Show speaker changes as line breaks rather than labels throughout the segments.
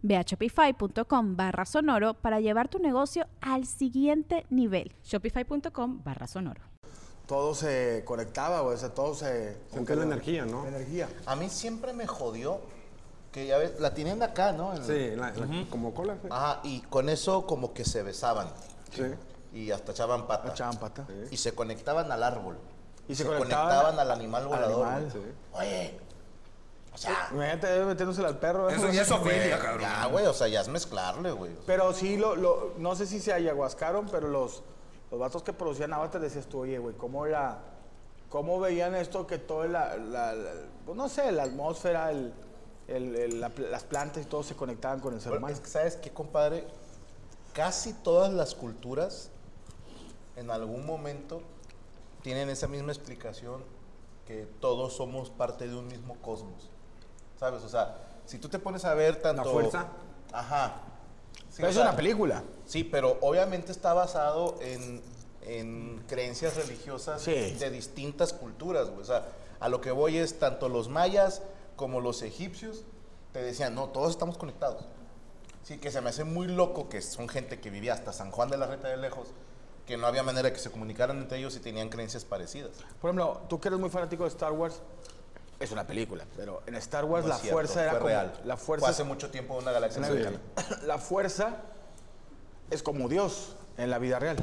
Ve a shopify.com barra sonoro para llevar tu negocio al siguiente nivel.
Shopify.com barra sonoro.
Todo se conectaba, o sea, todo se...
Aunque la energía, ¿no?
La energía.
A mí siempre me jodió que ya ves, la tienen acá, ¿no? En-
Sí, la- la- como cola. sí.
Ah,
Ajá, y con eso como que se besaban
Sí.
y hasta echaban pata.
Echaban pata.
Y se conectaban al árbol.
Y se
se
conectaban
conectaban, al animal volador.
animal,
güey. Oye, o sea,
Imagínate metiéndosela al perro. ¿eh?
Eso ya es ofelia, cabrón.
ya, güey, o sea, ya es mezclarle, güey.
Pero sí, lo, lo- no sé si se ayahuascaron, pero los, los vatos que producían Avatar decías tú, oye, güey, ¿cómo, la, ¿cómo veían esto que toda la, la- la- pues, no sé, la atmósfera, el, el- el- la pl- las plantas y todo se conectaban con el ser
Pero
humano?
es que, ¿sabes qué, compadre? Casi todas las culturas en algún momento tienen esa misma explicación que todos somos parte de un mismo cosmos. ¿Sabes? O sea, si tú te pones a ver tanto...
fuerza.
Ajá. Sí,
Pero
o
es
sea,
una película.
Sí, pero obviamente está basado en, en creencias religiosas
Sí.
de distintas culturas, güey. O sea, a lo que voy es tanto los mayas como los egipcios te decían, no, todos estamos conectados. Sí, que se me hace muy loco que son gente que vivía hasta San Juan de la Reta de lejos, que no había manera de que se comunicaran entre ellos y tenían creencias parecidas.
Por ejemplo, tú que eres muy fanático de Star Wars, es una película, pero en Star Wars Pues,
No
la
es cierto,
fuerza era
fue
como-
real.
La
Fue
fuerza
hace mucho tiempo una galaxia
En la
cercana.
vida- La fuerza es como Dios en la vida real.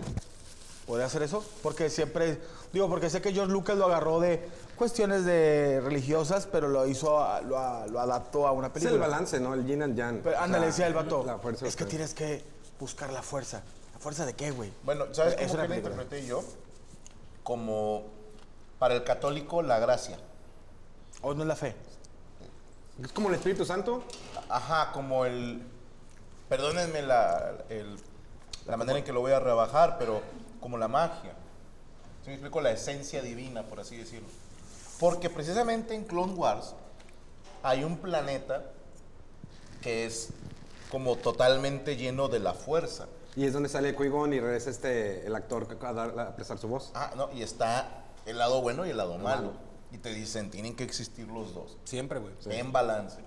¿Podría hacer eso? Porque siempre, digo, porque sé que George Lucas lo agarró de cuestiones de religiosas, pero lo hizo, a- lo, a- lo adaptó a una
Es
película.
el balance, ¿no? El yin and yang.
Pero
O
ándale,
sea,
decía el vato,
La fuerza.
es que
pues.
tienes que buscar la fuerza. ¿La fuerza de qué, güey?
Bueno, ¿sabes
Es
cómo
una
que la
película.
interpreté yo? Como para el católico la gracia.
¿O no es la fe?
Es como el Espíritu Santo.
Ajá, como el. Perdónenme la, el- la manera en que lo voy a rebajar, pero como la magia. ¿Sí me explico? La esencia divina, por así decirlo. Porque precisamente en Clone Wars hay un planeta que es como totalmente lleno de la fuerza.
Y es donde sale Qui-Gon y regresa este, el actor que acaba de dar- a prestar su voz.
Ah, no, y está el lado bueno y el lado malo. Y te dicen, tienen que existir los dos.
Siempre, güey.
En balance.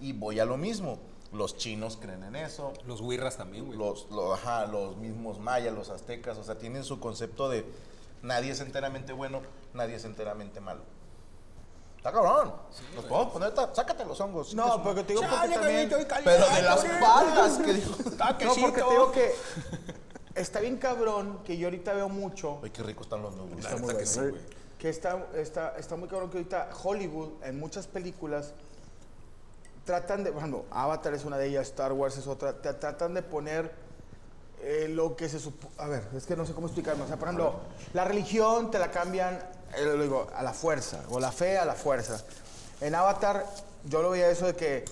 Y voy a lo mismo. Los chinos creen en eso.
Los wirras también, güey.
los, lo- ajá, los mismos mayas, los aztecas, o sea, tienen su concepto de nadie es enteramente bueno, nadie es enteramente malo. Está cabrón. Los podemos poner, ta- sácate los hongos.
No,
chingue su
porque te digo,
madre.
porque también-
Pero de las palas que dijo.
No, porque te digo que está bien cabrón que yo ahorita veo mucho
Ay, qué rico están los nudos.
La neta que sí, güey.
¿eh? que está, está, está muy cabrón que ahorita Hollywood en muchas películas tratan de, bueno, Avatar es una de ellas, Star Wars es otra, te- tratan de poner eh, lo que se supone, a ver, es que no sé cómo explicarme, o sea, por ejemplo, la religión te la cambian, eh, lo digo, a la fuerza, o la fe a la fuerza. En Avatar yo lo veía eso de que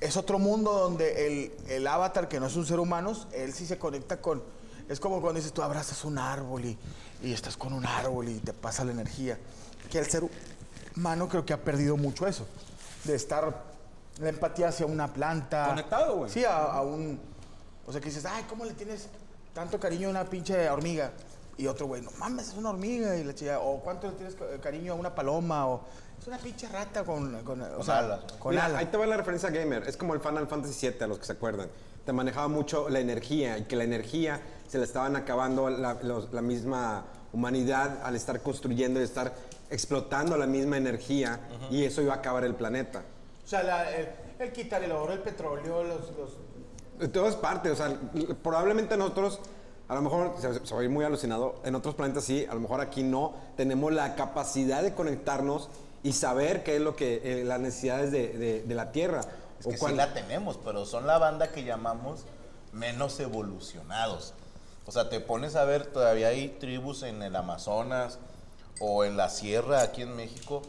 es otro mundo donde el, el avatar, que no es un ser humano, él sí se conecta con... Es como cuando dices, tú abrazas un árbol y, y estás con un árbol y te pasa la energía. Que el ser humano creo que ha perdido mucho eso. De estar la empatía hacia una planta.
Conectado, güey.
Sí, a, a un... O sea, que dices, ay, ¿cómo le tienes tanto cariño a una pinche hormiga? Y otro güey, no mames, es una hormiga. Y la chica, o ¿cuánto le tienes ca- cariño a una paloma? O es una pinche rata con... con- o sea,
alas.
Con
Mira,
alas.
ahí te va la referencia gamer. Es como el Final Fantasy VII, a los que se acuerdan. Te manejaba mucho la energía y que la energía se la estaban acabando la, los- la misma humanidad al estar construyendo y estar explotando la misma energía y eso iba a acabar el planeta.
O sea, la- el, el quitar el oro, el petróleo, los... los-
De todas partes, o sea, probablemente nosotros A lo mejor, se, se va a ir muy alucinado, en otros planetas sí, a lo mejor aquí no, tenemos la capacidad de conectarnos y saber qué es lo que, eh, las necesidades de, de- de la Tierra.
Es
O
que sí
cuan-
la tenemos, pero son la banda que llamamos menos evolucionados. O sea, te pones a ver, todavía hay tribus en el Amazonas o en la sierra aquí en México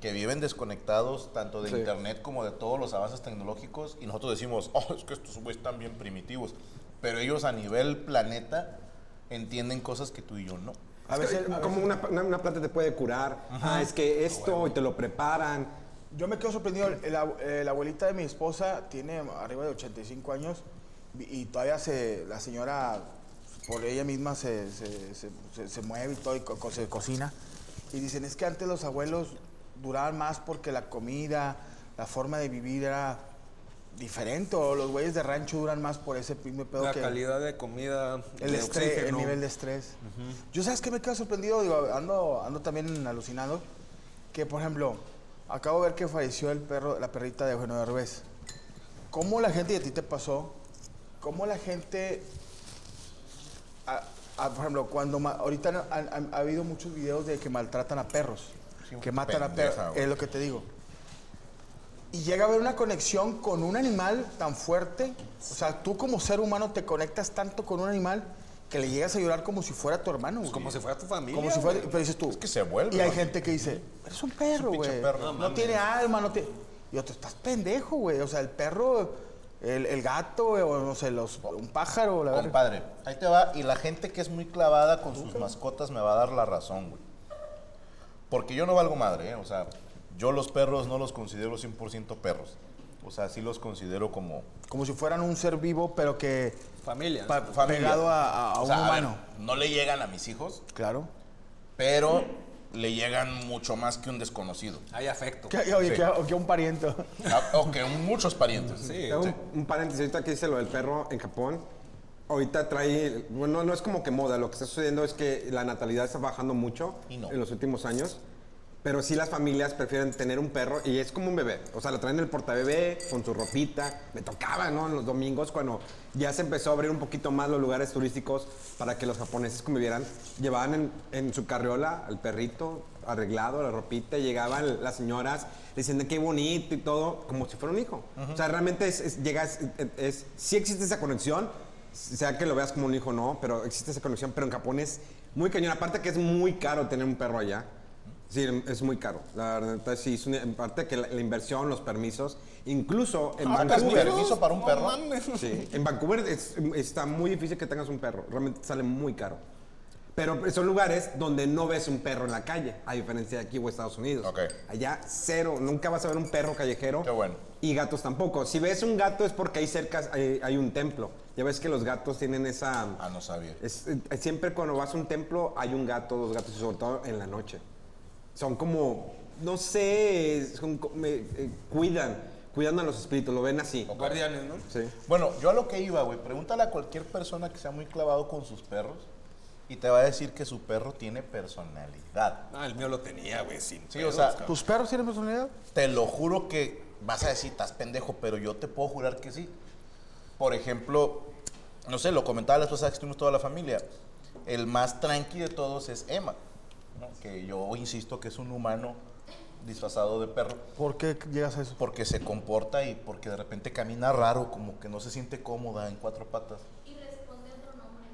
que viven desconectados tanto de
Sí.
internet como de todos los avances tecnológicos y nosotros decimos, oh, es que estos güeyes están bien primitivos. Pero ellos a nivel planeta entienden cosas que tú y yo no.
A veces, como una, una- una planta te puede curar. Ah, es que esto, y te lo preparan.
Yo me quedo sorprendido. el- La, eh, la abuelita de mi esposa tiene arriba de 85 años y y todavía se, la señora por ella misma se, se- se- se- se mueve y todo y co- co- se cocina. Y dicen, es que antes los abuelos duraban más porque la comida, la forma de vivir era diferente. O los güeyes de rancho duran más por ese mismo pedo
La
que...
calidad de comida,
El
de
estrés, el
oxígeno.
nivel de estrés. Yo sabes que me quedo sorprendido, digo, ando, ando también alucinado, que por ejemplo, acabo de ver que falleció el perro, la perrita de Eugenio Derbez. ¿Cómo la gente, y a ti te pasó, cómo la gente, a- a- por ejemplo, cuando ma- ahorita han- han- han- ha habido muchos videos de que maltratan a perros,
Sí,
que matan a
pendeja,
perros,
güey.
es lo que te digo. Y llega a haber una conexión con un animal tan fuerte. O sea, tú como ser humano te conectas tanto con un animal que le llegas a llorar como si fuera tu hermano.
Pues
güey.
Como si fuera tu familia.
Como si fuera.
güey.
Pero dices tú.
Es que se vuelve,
Y hay
güey.
gente que dice, eres un perro,
pinche
güey.
perro, no
No,
mames.
tiene alma, no tiene. Y otro, estás pendejo, güey. O sea, el perro, el, el gato, güey, o no sé, los, un pájaro, la verdad.
Compadre, ahí te va. Y la gente que es muy clavada con sus mascotas me va a dar la razón, güey. Porque yo no valgo madre, ¿eh? O sea, yo los perros no los considero 100% perros. O sea, sí los considero como...
Como si fueran un ser vivo, pero que.
Familia.
pa- Pegado a, a- a
O
un
sea, a ver,
humano.
no le llegan a mis hijos,
Claro.
pero le llegan mucho más que un desconocido.
Hay afecto.
Que, oye,
Sí.
que, o que un pariente.
Ah, O que un- muchos parientes.
Sí.
Tengo un, un paréntesis ahorita que dice lo del perro en Japón. Ahorita trae, bueno, no es como que moda, lo que está sucediendo es que la natalidad está bajando mucho
Y no.
en los últimos años, pero sí las familias prefieren tener un perro y es como un bebé, o sea, lo traen en el portabebé con su ropita, me tocaba, ¿no? En los domingos cuando ya se empezó a abrir un poquito más los lugares turísticos para que los japoneses convivieran, llevaban en, en su carriola al perrito arreglado, la ropita, y llegaban las señoras diciendo qué bonito y todo, como si fuera un hijo. O sea, realmente es, es- llega, es, es- sí existe esa conexión, sea que lo veas como un hijo o no, pero existe esa conexión, pero en Japón es muy cañón, aparte que es muy caro tener un perro allá. Sí, es muy caro. La verdad, sí, es una, en parte que la, la inversión, los permisos, incluso en
Ah,
Vancouver.
permiso. permiso para un perro.
Sí, en Vancouver es- está muy difícil que tengas un perro. Realmente sale muy caro. Pero son lugares donde no ves un perro en la calle, a diferencia de aquí o Estados Unidos.
Ok.
Allá cero, nunca vas a ver un perro callejero.
Qué bueno.
Y gatos tampoco. Si ves un gato es porque ahí cerca hay, hay un templo. Ya ves que los gatos tienen esa...
Ah, no sabía.
Es- eh, siempre cuando vas a un templo hay un gato, dos gatos, y sobre todo en la noche. Son como, no sé, son co- me- eh, cuidan, cuidan a los espíritus, lo ven así.
Guardianes, ¿no?
Sí.
Bueno, yo a lo que iba, güey, pregúntale a cualquier persona que sea muy clavado con sus perros y te va a decir que su perro tiene personalidad.
Ah, el mío lo tenía, güey, sin
Sí, o
pedos,
sea,
cabrón.
¿Tus perros tienen personalidad?
Te lo juro que vas a decir, estás pendejo, pero yo te puedo jurar que sí. Por ejemplo, no sé, lo comentaba la esposa que estuvimos toda la familia. El más tranqui de todos es Emma, ¿no? que yo insisto que es un humano disfrazado de perro,
¿Por qué llegas a eso?
porque se comporta y porque de repente camina raro, como que no se siente cómoda en cuatro patas.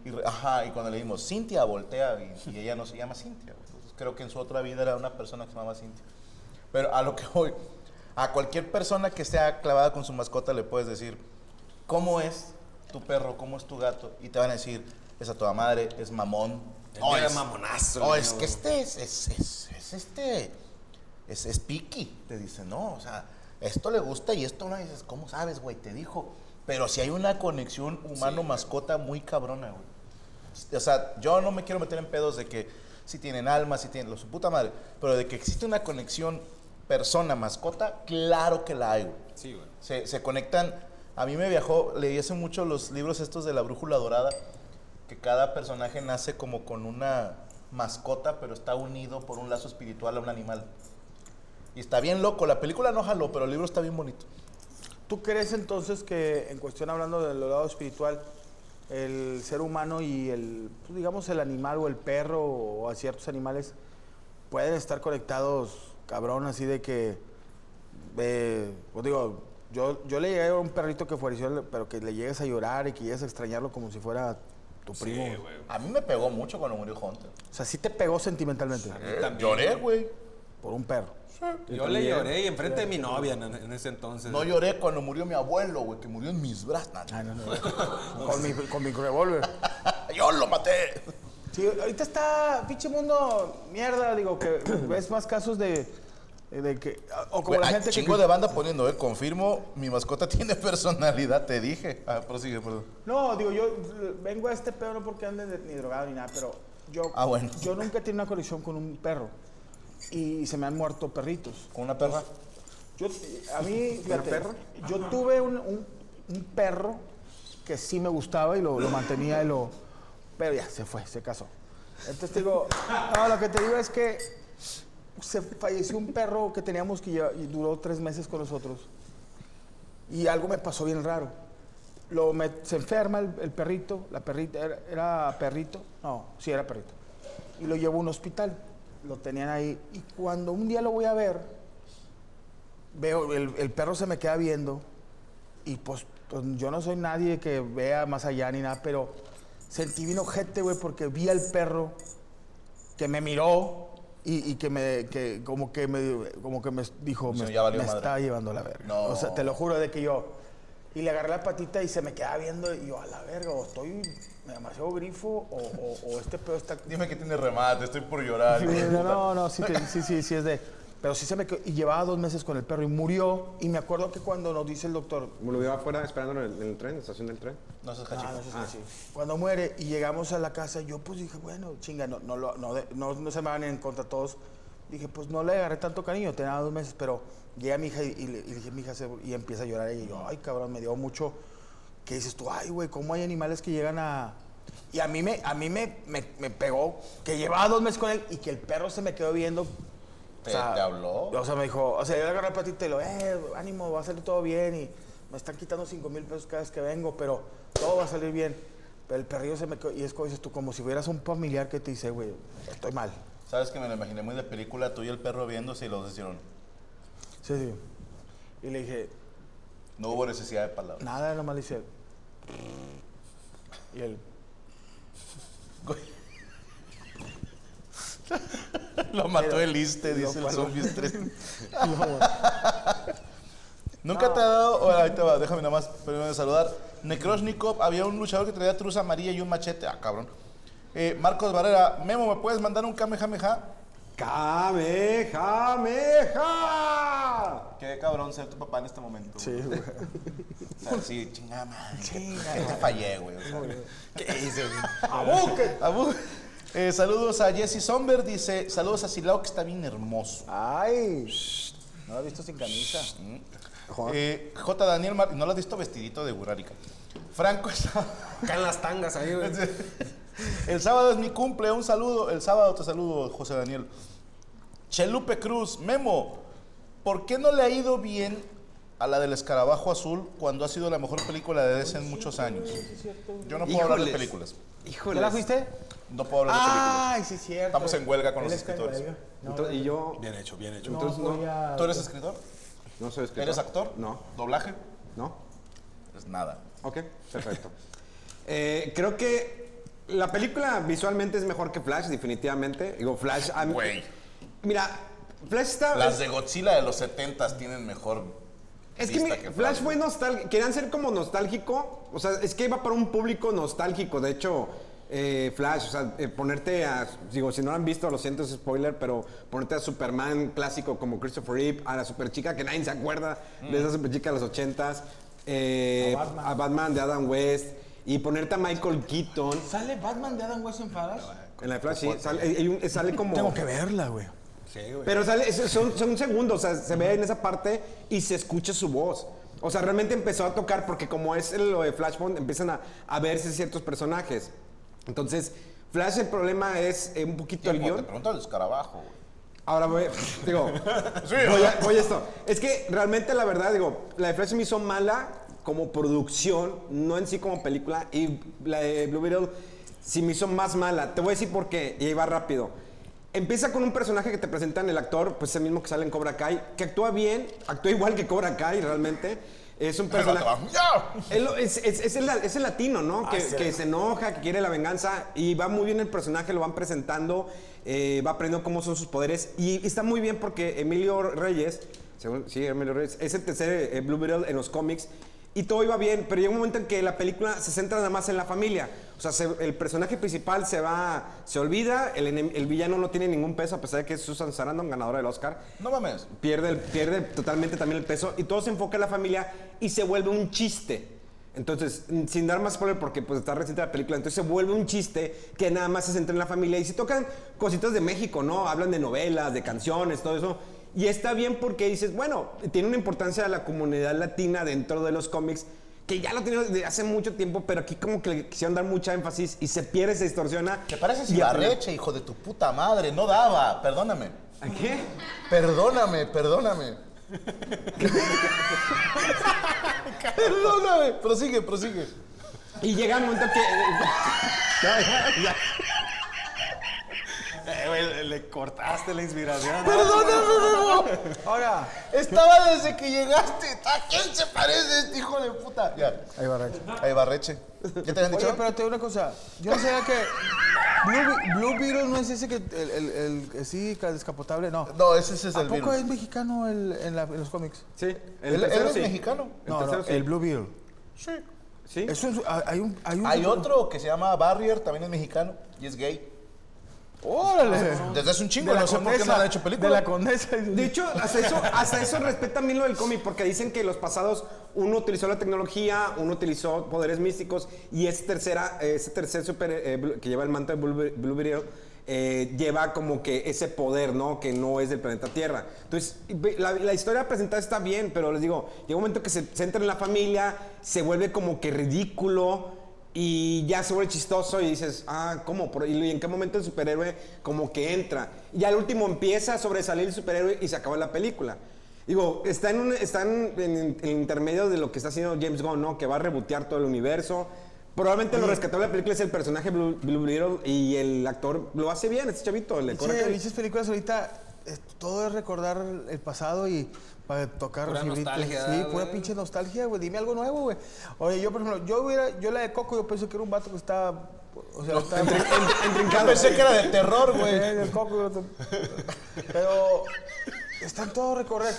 Y re- Ajá, y cuando le dimos Cintia, voltea y, y ella no se llama Cintia. Entonces, creo que en su otra vida era una persona que se llamaba Cintia. Pero a lo que voy, a cualquier persona que sea clavada con su mascota le puedes decir, ¿cómo es tu perro? ¿Cómo es tu gato? Y te van a decir, es a toda madre, es mamón.
El
O
mega
oh, es,
mamonazo,
o
el
es
mega
que este es, es, es, es este, es, es piqui. Te dice, no, o sea, esto le gusta y esto no. Y dices, ¿cómo sabes, güey? Te dijo. Pero si hay una conexión humano-mascota muy cabrona, güey. O sea, yo no me quiero meter en pedos de que si tienen alma, si tienen lo su puta madre, pero de que existe una conexión persona-mascota, claro que la hay, güey.
Sí, güey.
Se, se conectan. A mí me viajó, leí hace mucho los libros estos de la brújula dorada, que cada personaje nace como con una mascota, pero está unido por un lazo espiritual a un animal. Y está bien loco. La película no jaló, pero el libro está bien bonito.
¿Tú crees entonces que, en cuestión hablando del lado espiritual, el ser humano y el, pues, digamos, el animal o el perro o a ciertos animales pueden estar conectados, cabrón, así de que, eh, pues, digo, yo, yo le llegué a un perrito que falleció, pero que le llegues a llorar y que llegues a extrañarlo como si fuera tu primo.
A mí me pegó mucho cuando murió Hunter.
o sea, sí te pegó sentimentalmente
Lloré, güey.
por un perro.
Yo le lloré y enfrente de mi novia en, en ese entonces.
No lloré cuando murió mi abuelo, güey, que murió en mis brazos. Nah,
Ah, no, no. con, mi, con mi revólver.
Yo lo maté.
Sí, ahorita está pinche mundo mierda, digo, que ves más casos de, de que... O como
Güey,
la
hay
gente que...
chingo de banda poniendo, eh, confirmo, mi mascota tiene personalidad, te dije. Ah, prosigue, perdón.
No, digo, yo eh, vengo a este pedo no porque ande de- ni drogado ni nada, pero yo,
Ah, bueno.
yo nunca he tenido una conexión con un perro y se me han muerto perritos.
Con una perra.
Yo, a mí, fíjate, yo tuve un, un- un perro que sí me gustaba y lo, lo mantenía y lo... Pero ya, se fue, se casó. Entonces te digo, no, lo que te digo es que se falleció un perro que teníamos que llevar y duró tres meses con nosotros. Y algo me pasó bien raro. Lo me- se enferma el, el perrito, la perrita, era, era perrito, no, sí era perrito. Y lo llevo a un hospital, lo tenían ahí. Y cuando un día lo voy a ver, veo, el, el perro se me queda viendo y pues pues, yo no soy nadie que vea más allá ni nada, pero sentí bien ojete, güey, porque vi al perro que me miró y, y que me, que como que me, como que me dijo,
Sí,
me,
ya valió
me
madre.
está llevando la verga.
No.
O sea, te lo juro de que yo, y le agarré la patita y se me quedaba viendo y yo, a la verga, o estoy demasiado grifo o, o- o este pedo está...
Dime que tiene remate, estoy por llorar.
Sí,
hijo de
no,
puta.
no, no, sí, te- sí, sí, sí es de. Pero sí se me quedó. Y llevaba dos meses con el perro y murió. Y me acuerdo que cuando nos dice el doctor,
Como lo veo afuera esperándolo en el, en el tren, en la estación del tren.
No seas
"Ah,
cachico.
no, eso es así". cuando muere y llegamos a la casa, yo pues dije, bueno, chinga, no, no, lo- no, de- no, no se me van en contra todos. Dije, pues no le agarré tanto cariño, tenía dos meses, pero llegué a mi hija y, y le y le dije, mi hija, se- y empieza a llorar ella. Y yo, ay, cabrón, me dio mucho. Que dices tú, ay, güey, ¿cómo hay animales que llegan a.? Y a mí, me, a mí me, me, me pegó que llevaba dos meses con él y que el perro se me quedó viendo
¿Te, te habló?
o sea, me dijo, o sea, yo le agarré el patito y lo, eh, ánimo, va a salir todo bien y me están quitando 5 mil pesos cada vez que vengo, pero todo va a salir bien. Pero el perrillo se me quedó, y es como dices tú, como si fueras un familiar que te dice, güey, estoy mal.
Sabes que me lo imaginé muy de película, tú y el perro viéndose y los dos hicieron.
Sí, sí. Y le dije,
No hubo necesidad de palabras.
nada, nomás le hice. Y él,
Lo mató el iste, dice el
Lo-
zombies 3.
no, güey.
Nunca te ha dado. Bueno, ahí te va, déjame nada más primero de saludar. Nekroshnikov, había un luchador que traía truza amarilla y un machete. Ah, cabrón. Eh, Marcos Barrera, Memo, ¿me puedes mandar un kamehameha?
¡Kamehameha!
Qué cabrón ser tu papá en este momento.
sí, güey.
O sea, sí, chingada madre. que- que te fallé, güey. o sea, ¿Qué hice, güey? Abu. Eh, saludos a Jesse Somber, dice, saludos a Silao, que está bien hermoso.
Ay, no lo he visto sin camisa.
Eh, J. Daniel Mar- ¿no lo has visto vestidito de Gurárica? Franco está...
Acá en las tangas ahí, güey.
El sábado es mi cumple, un saludo. El sábado te saludo, José Daniel. Chelupe Cruz, Memo, ¿por qué no le ha ido bien a la del Escarabajo Azul cuando ha sido la mejor película de DC en muchos años? Yo no puedo hablar de
Híjoles. Ah.
películas.
Híjole.
pues,
¿Ya la fuiste?
No puedo hablar de películas.
Ay, sí, es cierto.
Estamos en huelga con
Él
los
está en
escritores.
huelga.
Entonces, y yo
Bien hecho, bien hecho.
Entonces, no. pues
voy a-
¿Tú eres escritor?
no soy escritor.
¿Eres actor?
No.
¿Doblaje?
¿No?
Es Pues nada.
Ok, perfecto. Eh, creo que la película visualmente es mejor que Flash, definitivamente. Digo, Flash... a mí-
Güey.
Mira, Flash está...
Las de Godzilla de los 70 tienen mejor.
Es que,
vista
mira, Flash fue nostálgico. Querían ser como nostálgico. O sea, es que iba para un público nostálgico. De hecho, eh, Flash, o sea, eh, ponerte a. Digo, si no lo han visto, lo siento, es spoiler, pero ponerte a Superman clásico como Christopher Reeve, a la superchica que nadie se acuerda de
Mm.
esa superchica de los ochentas, eh, a, Batman. de Adam West, y ponerte a Michael Keaton.
¿Sale Batman de Adam West en Flash?
En la de Flash, sí, sale, eh, hay un- eh, sale como.
Tengo que verla, güey.
Sí, güey.
Pero sale- es- son, son segundos, o sea, se ve en esa parte y se escucha su voz. O sea, realmente empezó a tocar porque como es el- lo de Flashpoint, empiezan a, a verse ciertos personajes. Entonces, Flash el problema es eh, un poquito el
Tiempo, Te
guión.
pregunto al escarabajo, güey.
Ahora voy, digo,
Sí,
voy a- voy a esto. Es que realmente la verdad, digo, la de Flash se me hizo mala como producción, no en sí como película. Y la de Blue Beetle sí me hizo más mala. Te voy a decir por qué, y ahí va rápido. Empieza con un personaje que te presentan el actor, pues el mismo que sale en Cobra Kai, que actúa bien, actúa igual que Cobra Kai realmente. Es un personaje. Él lo- Es, es- es el, es el latino, ¿no? Que, que se enoja, que quiere la venganza y va muy bien el personaje, lo van presentando, eh, va aprendiendo cómo son sus poderes y, y está muy bien porque Emilio Reyes, según, sí, Emilio Reyes, es el tercer eh, Blue Beetle en los cómics y todo iba bien, pero llega un momento en que la película se centra nada más en la familia. O sea, se- el personaje principal se va, se olvida, el, enem- el villano no tiene ningún peso a pesar de que es Susan Sarandon, ganadora del Oscar
No mames.
pierde, el- pierde totalmente también el peso y todo se enfoca en la familia y se vuelve un chiste. Entonces, mm, sin dar más spoiler porque pues está reciente la película, entonces se vuelve un chiste que nada más se centra en la familia y si tocan cositas de México, ¿no? Hablan de novelas, de canciones, todo eso. Y está bien porque dices, bueno, tiene una importancia la comunidad latina dentro de los cómics que ya lo tiene desde hace mucho tiempo, pero aquí como que le quisieron dar mucha énfasis y se pierde, se distorsiona.
Te pareces
Y al final-
Ibarreche, hijo de tu puta madre. No daba. Perdóname.
¿A qué?
Perdóname, perdóname. perdóname. Prosigue, prosigue.
Y llega un momento que. Ya, ya, ya.
le cortaste la inspiración.
Perdóname, no, no.
Ahora,
Estaba desde que llegaste. ¿A quién se parece este hijo de puta? Ya.
ahí va Rex.
A Ibarreche. ¿Ya te habían dicho?
Oye, pero te digo una cosa. Yo no sabía que. Blue, Be- Blue Beetle no es ese que. El, el, el- que sí, que descapotable, no.
No, ese, ese es
¿A
el
poco
virus.
es mexicano el- en, la- en los cómics?
Sí, el
¿Él, él
tercero
es
sí.
mexicano?
El tercero sí.
Blue Beetle.
Sí.
Sí.
Es un- hay un. Hay, un,
Hay otro que se llama Barrier, también es mexicano y es gay.
¡Órale!
Desde hace un chingo,
De la
no sé por qué no
Condesa,
han hecho película.
De la condesa.
De hecho, hasta eso, hasta eso respeta también lo del cómic, porque dicen que los pasados uno utilizó la tecnología, uno utilizó poderes místicos, y ese, tercera, ese tercer super eh, Blue- que lleva el manto de Blue, Be- Blue Beetle, eh, lleva como que ese poder, ¿no? Que no es del planeta Tierra. Entonces, ve- la, la historia presentada está bien, pero les digo, llega un momento que se centra en la familia, se vuelve como que ridículo. Y ya se vuelve chistoso y dices, ah, ¿cómo? Por- ¿Y en qué momento el superhéroe como que entra? Y ya al último empieza a sobresalir el superhéroe y se acaba la película. Digo, está en, un- está en, en- en el intermedio de lo que está haciendo James Gunn, ¿no? Que va a rebotear todo el universo. Probablemente lo rescatable de la película es el personaje Blue, Blue Beetle y el actor lo hace bien, este chavito, el de Cobra
Pinche-
Kai.
Pinches películas ahorita, eh, todo es recordar el pasado y para tocar
Pura
fibritas.
nostalgia,
Sí,
güey.
pura pinche nostalgia, güey. Dime algo nuevo, güey. Oye, yo, por ejemplo, yo hubiera, yo la de Coco, yo pensé que era un vato que estaba. O sea, estaba.
Yo pensé que era de terror,
güey,
güey.
el Coco, yo te- Pero están todos recorrer.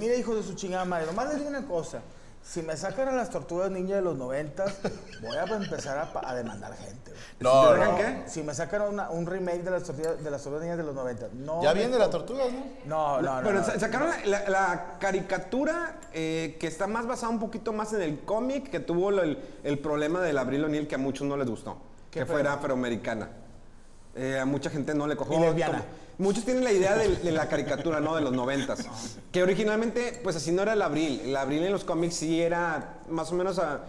Mira, hijo de su chingada madre, nomás les digo una cosa. Si me sacan a las tortugas ninja de los noventas, voy a empezar a, pa- a demandar gente, güey.
No,
¿Verdad
no.
que?
Si me sacan una- un remake de las tortugas de las tortugas ninjas de los 90. No.
Ya
me-
viene la tortuga, ¿no?
No, no, no.
Bueno,
no.
sa- sacaron la, la- la caricatura eh, que está más basada un poquito más en el cómic que tuvo lo- el, el problema del Abril O'Neill que a muchos no les gustó,
¿Qué
que fuera
problema?
afroamericana. Eh, a mucha gente no le cogió.
Y lesbiana.
como- Muchos tienen la idea del- de, la caricatura, ¿no? De los noventas. Que originalmente, pues así no era el Abril. El Abril en los cómics sí era más o menos a-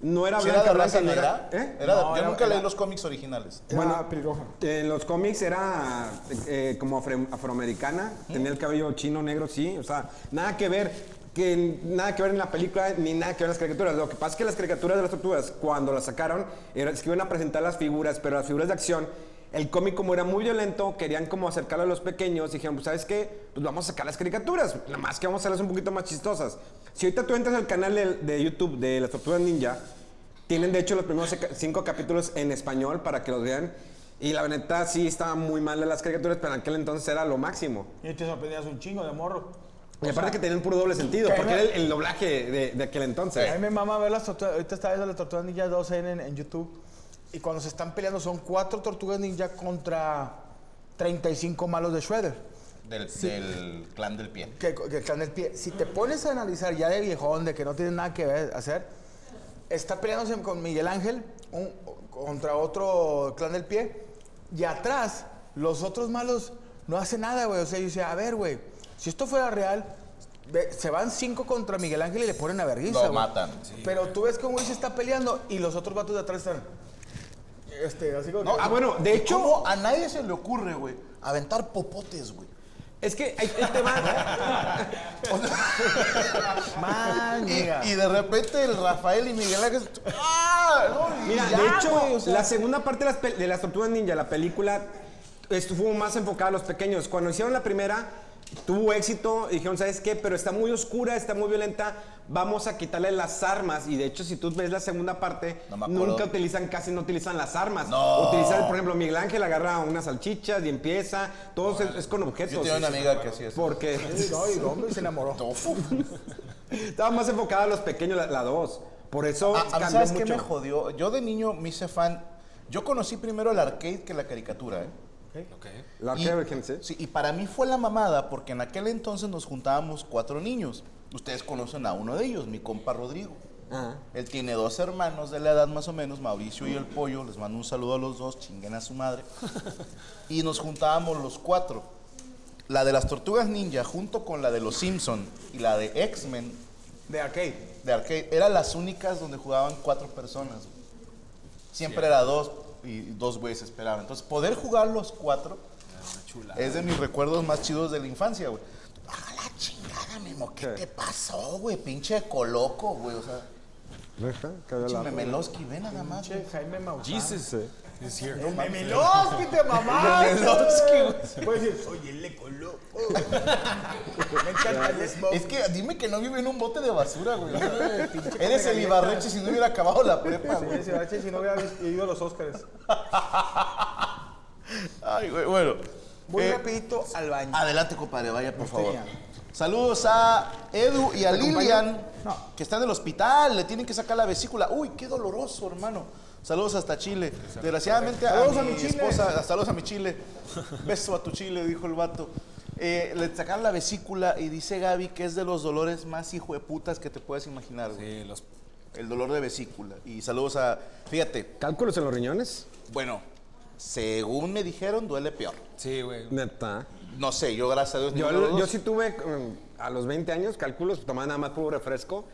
No era
¿Sí
blanca,
era de
blanca,
raza
no
negra?
¿eh?
Era de-
No,
yo
era-
nunca leí
era-
los cómics originales.
Bueno, pelirroja.
En eh, los cómics era eh, como afro- afroamericana, tenía el cabello chino, negro, sí, o sea, nada que ver, que en- nada que ver en la película ni nada que ver en las caricaturas. Lo que pasa es que las caricaturas de las tortugas, cuando las sacaron, era, es que iban a presentar las figuras, pero las figuras de acción, el cómic como era muy violento, querían como acercarlo a los pequeños, y dijeron, pues, ¿sabes qué? Pues vamos a sacar las caricaturas, nada más que vamos a hacerlas un poquito más chistosas. Si ahorita tú entras al canal de, de YouTube de las tortugas ninja, tienen, de hecho, los primeros seca- cinco capítulos en español para que los vean. Y la neta sí estaba muy mal de las caricaturas, pero en aquel entonces era lo máximo.
Y te sorprendías un chingo de morro.
Y aparte que tenían puro doble sentido,
que
porque
no-
era el, el doblaje de, de aquel
A mí
entonces.
me mama ver las tortugas. Ahorita está viendo las tortugas ninja 2 en, en YouTube. Y cuando se están peleando son cuatro tortugas ninja contra 35 malos de Shredder.
Del, del clan del pie.
Que, que están el pie. Si te pones a analizar ya de viejón, de que no tiene nada que ver hacer, está peleándose con Miguel Ángel un- contra otro clan del pie. Y atrás, los otros malos no hacen nada, güey. O sea, yo decía, a ver, güey, si esto fuera real, ve- se van cinco contra Miguel Ángel y le ponen a vergüenza.
Lo
güey.
matan.
Pero tú ves que un güey se está peleando y los otros vatos de atrás están. Este, así como.
No,
que-
ah, bueno, de
¿Y
hecho,
cómo a nadie se le ocurre, güey, aventar popotes, güey?
Es que ahí, ahí te va.
Man,
Y,
mira.
y de repente el Rafael y Miguel Ángel. ¡Ah! No, y
Mira,
ya,
de hecho,
güey, o sea,
la segunda parte de las, pel- de las Tortugas Ninja, la película, estuvo más enfocada a los pequeños. Cuando hicieron la primera, tuvo éxito. y Dijeron, ¿sabes qué? Pero está muy oscura, está muy violenta. Vamos a quitarle las armas. Y de hecho, si tú ves la segunda parte,
No me acuerdo.
nunca utilizan, casi no utilizan las armas.
No.
Utilizan, por ejemplo, Miguel Ángel agarra unas salchichas y empieza. Todo es, es con objetos.
yo tenía una
Es-
amiga que hacía eso.
Porque
No, y el hombre se enamoró.
estaba más enfocada a los pequeños, la- la 2. Por eso
Ah, A, a mí,
cambió
¿sabes
mucho.
qué me jodió? Yo de niño me hice fan. Yo conocí primero el arcade que la caricatura, ¿eh?
Ok.
La
Y-
Arcade Awakening, ¿sí?
Sí, y para mí fue la mamada porque en aquel entonces nos juntábamos cuatro niños. Ustedes conocen a uno de ellos, mi compa Rodrigo.
Ajá.
Él tiene dos hermanos de la edad más o menos, Mauricio y el Pollo. Les mando un saludo a los dos, chinguen a su madre. Y nos juntábamos los cuatro. La de las Tortugas Ninja junto con la de los Simpson y la de X-Men
De arcade.
de arcade eran las únicas donde jugaban cuatro personas. güey. Siempre era dos y dos güeyes esperaban. Entonces, poder jugar los cuatro
Ah,
es de mis recuerdos más chidos de la infancia, güey. Baja la chingada, Memo. ¿Qué
¿Qué?
te pasó, güey? Pinche coloco, güey. O sea,
Deja, que
pinche
la-
Memelowski, ve nada más. güey.
Jaime Maussan.
Jesus
eh.
is here.
Memelowski te mamaste.
Memelowski,
Puedes decir, oye, le coloco. Me encanta el smoke.
Es que dime que no vive en un bote de basura, güey. Eres el Ibarreche si no hubiera acabado la prepa,
Sí,
güey.
ese bache, si no hubiera ido a los Óscares.
Ay, güey, bueno.
Muy
Eh,
rapidito al baño.
Adelante, compadre, vaya, por favor.
ya.
Saludos a Edu y a Lilian,
No.
que está en el hospital, le tienen que sacar la vesícula. Uy, qué doloroso, hermano. Saludos hasta Chile. Desgraciadamente, a,
Saludos a
mi
mi Chile.
esposa, saludos a mi Chile. Beso a tu Chile, dijo el vato. Eh, le sacaron la vesícula y dice Gaby que es de los dolores más hijo de putas que te puedes imaginar, güey.
Sí, los
El dolor de vesícula. Y saludos a. Fíjate,
¿Cálculos en los riñones?
bueno, según me dijeron, duele peor.
Sí, güey.
Neta.
No sé, yo gracias a Dios.
Yo,
ninguno de los
yo
dos.
sí tuve mm, a los 20 años cálculos, tomaba nada más puro refresco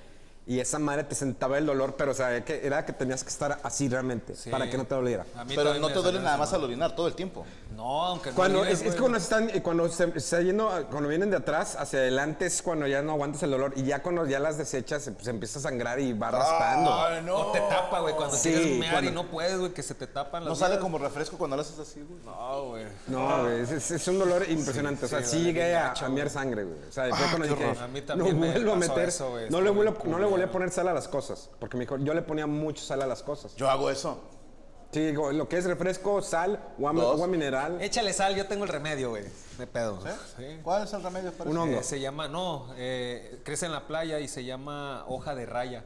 y esa madre te sentaba el dolor, pero o sea, que era que tenías que estar así realmente
Sí. Ah,
para que no te doliera.
A mí
Pero
también
no
me
te duele
salió
nada
esa
más al orinar todo el tiempo.
madre. No, aunque no.
Cuando, es,
digas,
es que
güey.
cuando, están, eh, cuando se, se está yendo, a- cuando vienen de atrás hacia adelante es cuando ya no aguantas el dolor y ya cuando ya las desechas se, se empieza a sangrar y va raspando.
O te tapa, güey. Cuando
Sí,
quieres mear y
cuando-
no puedes, güey, que se te tapan las.
No sale
vías.
como refresco cuando lo haces así, güey.
No, güey.
No, güey, es- es, es un dolor impresionante. o sea,
Ah. sí,
sí,
duele
llegué
bien
a,
gacho,
a
güey.
mear sangre, güey. O sea, fue cuando
qué
dije,
horror. A mí
no
también me
vuelvo a
pasó
meter,
eso, güey,
no,
está
le
bien
vuelvo, no le volví a
culero.
poner sal a las cosas. Porque me dijo, yo le ponía mucho sal a las cosas.
Yo hago eso.
Sí, digo, lo que es refresco, sal, agua,
Dos. Eh,
agua mineral.
Échale sal, yo tengo el remedio, güey. De pedo. Sí.
¿Cuál es el remedio para
Un
eso?
hongo.
Eh, se llama, no, eh, crece en la playa y se llama hoja de raya.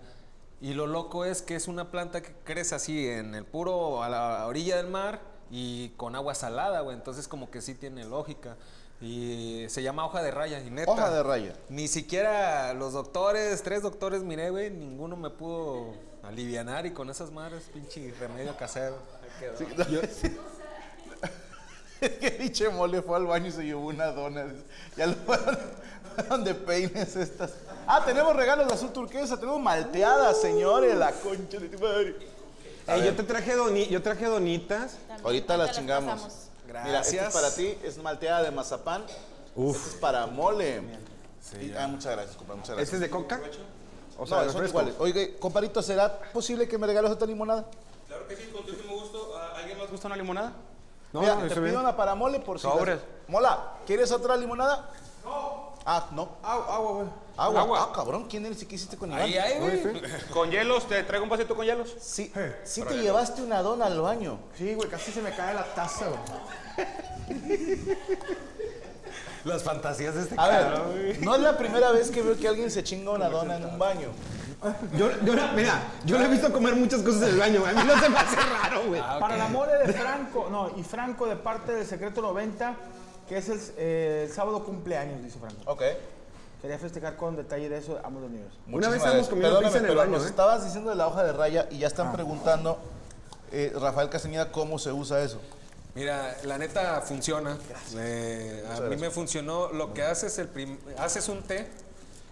Y lo loco es que es una planta que crece así en el puro, a la orilla del mar y con agua salada, güey. Entonces como que sí tiene lógica. Y se llama hoja de raya, y neta.
Hoja de raya.
Ni siquiera los doctores, tres doctores miré, güey, ninguno me pudo alivianar y con esas madres, pinche remedio casero.
Sí, no. Es que pinche mole fue al baño y se llevó una dona. Ya lo donde peines estas. Ah, tenemos regalos de azul turquesa, tenemos
Uh.
malteadas, señores, la concha de tu madre. A
Ey,
ver,
yo te traje doni- yo traje donitas.
ahorita las chingamos.
pasamos.
Mira, esta es
Gracias.
para ti, es malteada de mazapán. Uf. es para mole. Y- ah, muchas gracias, compadre, muchas gracias.
¿Este es de coca? O
No,
sea,
son
refresco.
iguales. Oye, comparito, ¿será posible que me regales otra limonada?
Claro que sí, con muchísimo gusto. ¿A ¿Alguien más gusta una limonada?
No,
Mira,
no,
te
está
pido
bien.
una para mole por si. las-
Sobres.
Mola, ¿quieres otra limonada? No. Ah, no.
Agua, agua, güey.
Agua.
Agua.
Ah, cabrón, ¿quién eres y qué hiciste con Iván?
Ahí, ahí, güey.
¿Con hielos? ¿Te traigo un vasito con hielos?
Sí, sí te llevaste una dona al baño.
Eh, Sí, güey, casi se me cae la taza, güey.
Las fantasías de este
A ver, no es la primera vez que veo que alguien se chinga una dona en un baño.
Yo, yo la- mira, yo le he visto comer muchas cosas en el baño. güey. A mí no se me hace raro, güey.
Ah.
ah,
Para la mole de Franco, no, y Franco de parte del Secreto 90, que es el, eh, el sábado cumpleaños, dice Franco.
Ok.
Quería festejar con detalle de eso, ambos los niños.
Una vez
Muchísimas
estábamos
gracias.
comiendo
Perdóname,
pizza en el
pero
baño,
Nos
¿eh? Ah.
estabas diciendo de la hoja de raya y ya están preguntando, eh, Rafael Castañeda, cómo se usa eso.
Mira, la neta funciona. Eh, a mí me funcionó. Lo que haces, el prim- haces un té,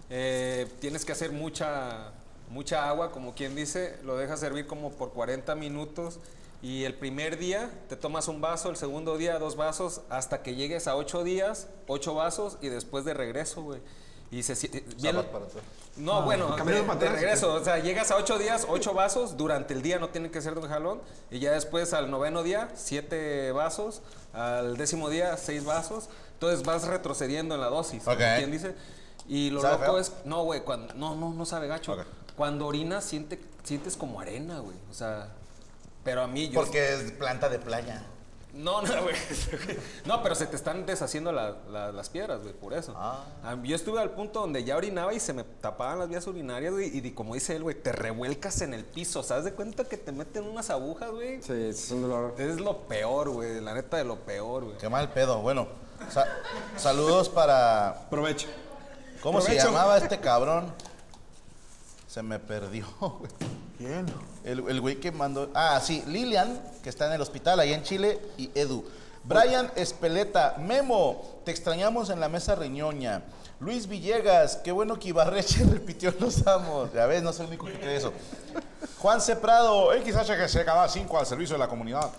eh, tienes que hacer mucha, mucha agua, como quien dice, lo dejas servir como por 40 minutos Y el primer día te tomas un vaso, el segundo día dos vasos, hasta que llegues a ocho días, ocho vasos y después de regreso, güey. Y se siente. bien-
Zapat para atrás.
no, bueno, de,
camino para
de
atrás.
regreso. O sea, llegas a ocho días, ocho vasos durante el día, no tienen que ser de un jalón. Y ya después al noveno día, siete vasos. Al décimo día, seis vasos. Entonces vas retrocediendo en la dosis.
Ok.
¿Quién dice? Y lo
¿Sabe
loco
feo?
es. No, güey, cuando. No, no, no sabe gacho.
Ok.
Cuando orinas, siente, sientes como arena, güey. O sea. Pero a mí yo.
Porque es planta de playa.
No, no, güey. No, pero se te están deshaciendo la- la- las piedras, güey, por eso.
Ah.
Ah, Yo estuve al punto donde ya orinaba y se me tapaban las vías urinarias, güey. Y di- como dice él, güey, te revuelcas en el piso. ¿Sabes de cuenta que te meten unas agujas, güey?
Sí, es un dolor.
Es lo peor, güey. La neta de lo peor, güey.
Qué mal pedo. Bueno, sa- saludos para.
Provecho.
¿Cómo se llamaba este cabrón? Se me perdió, güey.
¿Quién?
El, el güey que mandó. Ah, sí, Lilian, que está en el hospital ahí en Chile, y Edu. Brian Espeleta, Memo, te extrañamos en la mesa riñoña. Luis Villegas, qué bueno que Ibarreche repitió los amos. Ya ves, no soy el único que cree eso. Juan C. Prado, XHGC, cada 5 al servicio de la comunidad.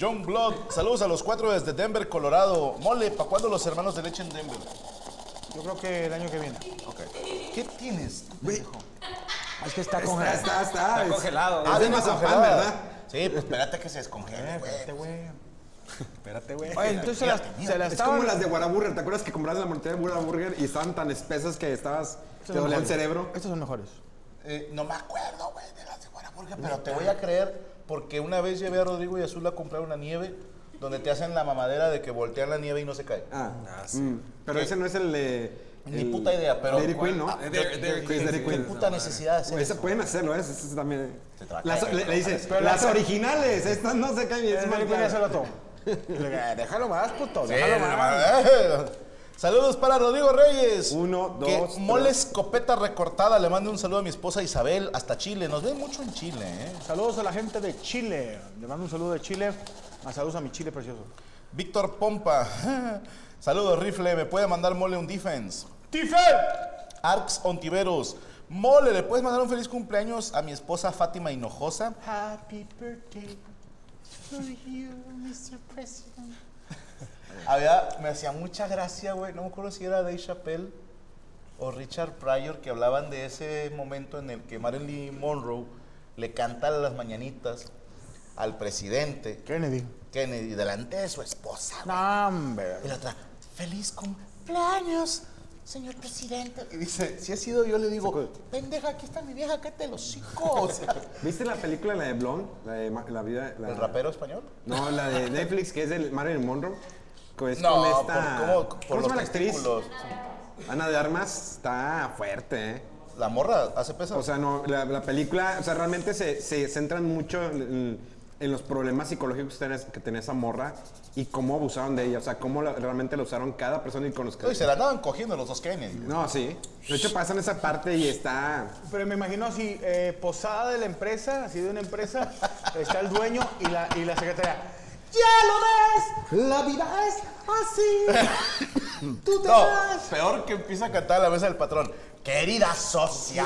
John Blood, saludos a los cuatro desde Denver, Colorado. Mole, ¿para cuándo los hermanos de leche en Denver?
Yo creo que el año que viene.
Ok. ¿Qué tienes? tú, pendejo?
Es que está
Está,
congelado.
está, está.
Está congelado, güey.
Es de
viene
Mazapán,
congelada.
¿verdad?
Ah, Sí, pues espérate que se descongele, güey.
Este güey.
Espérate, güey.
Oye, entonces se la, se la
Es
estaban-
como las de Whataburger. ¿Te acuerdas que compraste la mortadela de Whataburger y estaban tan espesas que estabas... Te dolía el cerebro?
Estos son mejores.
Eh, no me acuerdo, güey, de las de Guanaburger, pero te voy a creer porque una vez llevé a Rodrigo y Azul a comprar una nieve donde te hacen la mamadera de que voltean la nieve y no se cae.
Ah, mm. Pero ese no es el de...
Eh, Ni
el-
puta idea, pero-
Dairy Queen, ¿no?
Ah,
Es
Dairy- Dairy Queen,
Dairy
sí,
Qué
Queen.
puta necesidad de hacer
Ese
eso.
pueden hacerlo, ¿eh? Ese- ese también.
Se te va a
Las-
caer,
le, le dices,
pero
las
las-
originales, estas no se caen. y es
Eh,
más
güey,
clara.
déjalo todo. Eh, Déjalo más, puto.
Sí,
déjalo
la
más.
mamadera. Saludos para Rodrigo Reyes.
Uno,
Que
dos,
mole
tres.
escopeta recortada. Le mando un saludo a mi esposa Isabel hasta Chile. Nos ven mucho en Chile, ¿eh?
Saludos a la gente de Chile. Le mando un saludo de Chile. A saludos a mi Chile precioso.
Víctor Pompa. Saludos, Rifle. ¿Me puede mandar mole un defense? Arx Ontiveros. Mole, ¿le puedes mandar un feliz cumpleaños a mi esposa Fátima Hinojosa?
Happy birthday to you, Mr. President.
Había, me hacía mucha gracia, güey. No me acuerdo si era Dave Chappelle o Richard Pryor que hablaban de ese momento en el que Marilyn Monroe le canta las mañanitas al presidente
Kennedy.
Kennedy delante de su esposa. güey.
No,
Mm,
hombre.
Y la otra, feliz cumpleaños, señor presidente. Y dice, si ha sido yo, le digo,
pues.
pendeja, aquí está mi vieja, cállate los hijos.
¿Viste la película, la de Blonde? La de Ma- la vida... la-
¿El rapero español?
No, la de Netflix, que es el Marilyn Monroe. que es
No,
con esta...
por- ¿cómo? Por
se
los
llama la actriz?
testículos.
Ana de Armas está fuerte, ¿eh?
La morra hace peso.
O sea, no, la, la película, o sea, realmente se, se centran mucho en, en- en los problemas psicológicos que tenía, que tenía esa morra y cómo abusaron de ella, o sea, cómo la- realmente la usaron cada persona y con los que...
Uy, se la andaban cogiendo los dos Kennedy. güey.
No, sí. De hecho, pasan esa parte y está...
Pero me imagino así, eh, posada de la empresa, así de una empresa, está el dueño y la, y la secretaria. ¡Ya lo ves! La vida es así. Tú te
No,
vas.
peor que empieza a cantar a la mesa del patrón. Querida socia,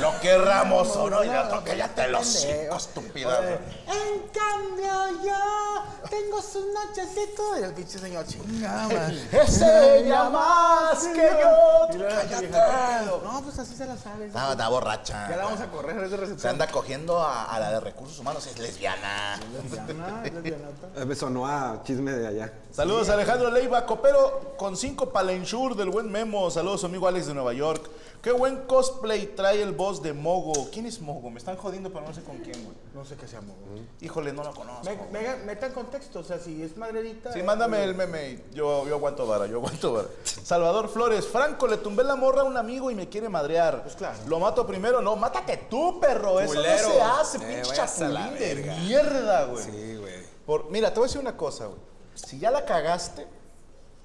lo que Ramos sonó y la otro, cállate los hijos, estúpida. güey.
En cambio yo tengo sus nochecitos. Y el pinche señor chingada. madre.
Es ella más que yo.
Y
tú
la
Cállate.
vieja, No, pues así se la sabes.
Está, está borracha.
Ya la vamos a correr, es de
Se
recepción.
anda cogiendo a, a la de recursos humanos, es lesbiana.
Lesbiana, es lesbianota.
eh, Sonó a chisme de allá.
Saludos a Alejandro Leiva, copero con cinco palenchur del buen Memo. Saludos, amigo Alex de Nueva York. Qué buen cosplay trae el boss de Mogo. ¿Quién es Mogo? Me están jodiendo, pero no sé con quién, güey.
No sé qué se llama. güey.
Híjole, no lo conozco.
Me,
güey.
mega- meta en contexto, o sea, si es madredita.
Sí,
eh,
mándame el meme. y Yo, yo aguanto vara, yo aguanto vara. Salvador Flores, Franco, le tumbé la morra a un amigo y me quiere madrear.
Pues claro.
Lo mato primero, no, mátate tú, perro. Eso
Culero.
no se hace,
Eh,
pinche
váyase a la
chapulín de
verga.
mierda, güey.
Sí, güey.
Por, mira, te voy a decir una cosa, güey. Si ya la cagaste,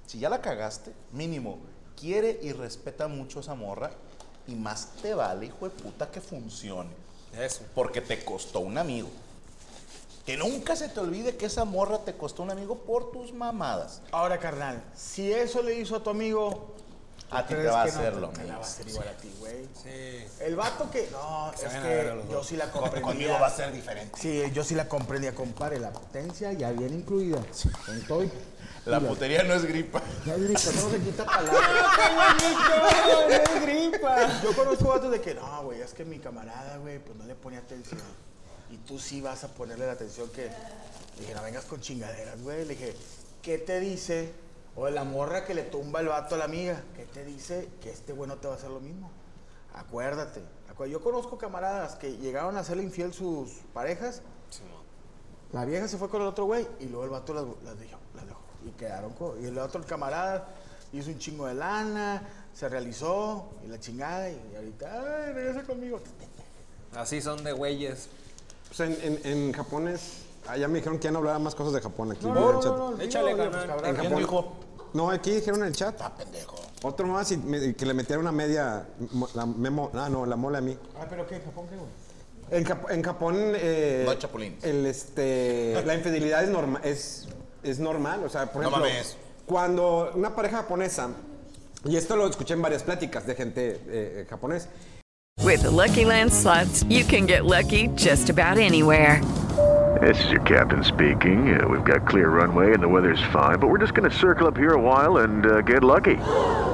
si ya la cagaste, mínimo, quiere y respeta mucho a esa morra y más te vale, hijo de puta, que funcione.
Eso.
Porque te costó un amigo. Que nunca se te olvide que esa morra te costó un amigo por tus mamadas.
Ahora, carnal, si eso le hizo a tu amigo,
A ti
crees
te va a
que no?
hacerlo.
Nunca la va a hacer igual a ti, güey.
Sí.
El vato que. No, es
van a ver a
que
los
yo sí la comprendía.
Conmigo va a ser diferente.
Sí, yo sí la comprendía. Compare la potencia ya bien incluida. Con todo y-
La putería no es gripa.
Ya es gripa, no se quita palabras. ¡Qué bonito! es gripa! Yo conozco vatos de que, no, güey, es que mi camarada, güey, pues no le ponía atención. Y tú sí vas a ponerle la atención que... Le dije, no vengas con chingaderas, güey. Le dije, ¿qué te dice? O la morra que le tumba el vato a la amiga. ¿Qué te dice que este güey no te va a hacer lo mismo? Acuérdate. acu- Yo conozco camaradas que llegaron a hacerle infiel sus parejas la vieja se fue con el otro güey y luego el vato las, las dejó, las dejó. Y quedaron con... Y el otro, el camarada, hizo un chingo de lana, se realizó y la chingada y ahorita, ay, regresa conmigo.
Así son de güeyes.
Pues en, en, en Japón es. Allá me dijeron que ya no hablaba más cosas de Japón aquí.
No,
en el
no, no,
chat.
no, no,
Échale,
digo, digo,
carnal.
pues,
En
cabrón.
Japón. No, aquí dijeron en el chat.
Ah, pendejo.
Otro más y me- que le metieron una media. mo- La, memo, ah, no, la mola a mí.
Ah, pero ¿qué? ¿Japón qué, güey?
En, Jap- en Japón. eh,
No, chapulín.
El, este, la infidelidad es, norma, es, es normal. O sea, por
No
ejemplo,
mames.
cuando una pareja japonesa. Y esto lo escuché en varias pláticas de gente eh, japonés.
With the Lucky Land slots, you can get lucky just about anywhere.
This is your captain speaking. Uh, we've got clear runway and the weather's fine, but we're just going to circle up here a while and uh, get lucky.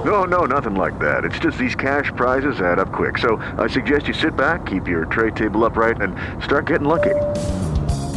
No, no, nothing like that. It's just these cash prizes add up quick. So I suggest you sit back, keep your tray table upright, and start getting lucky.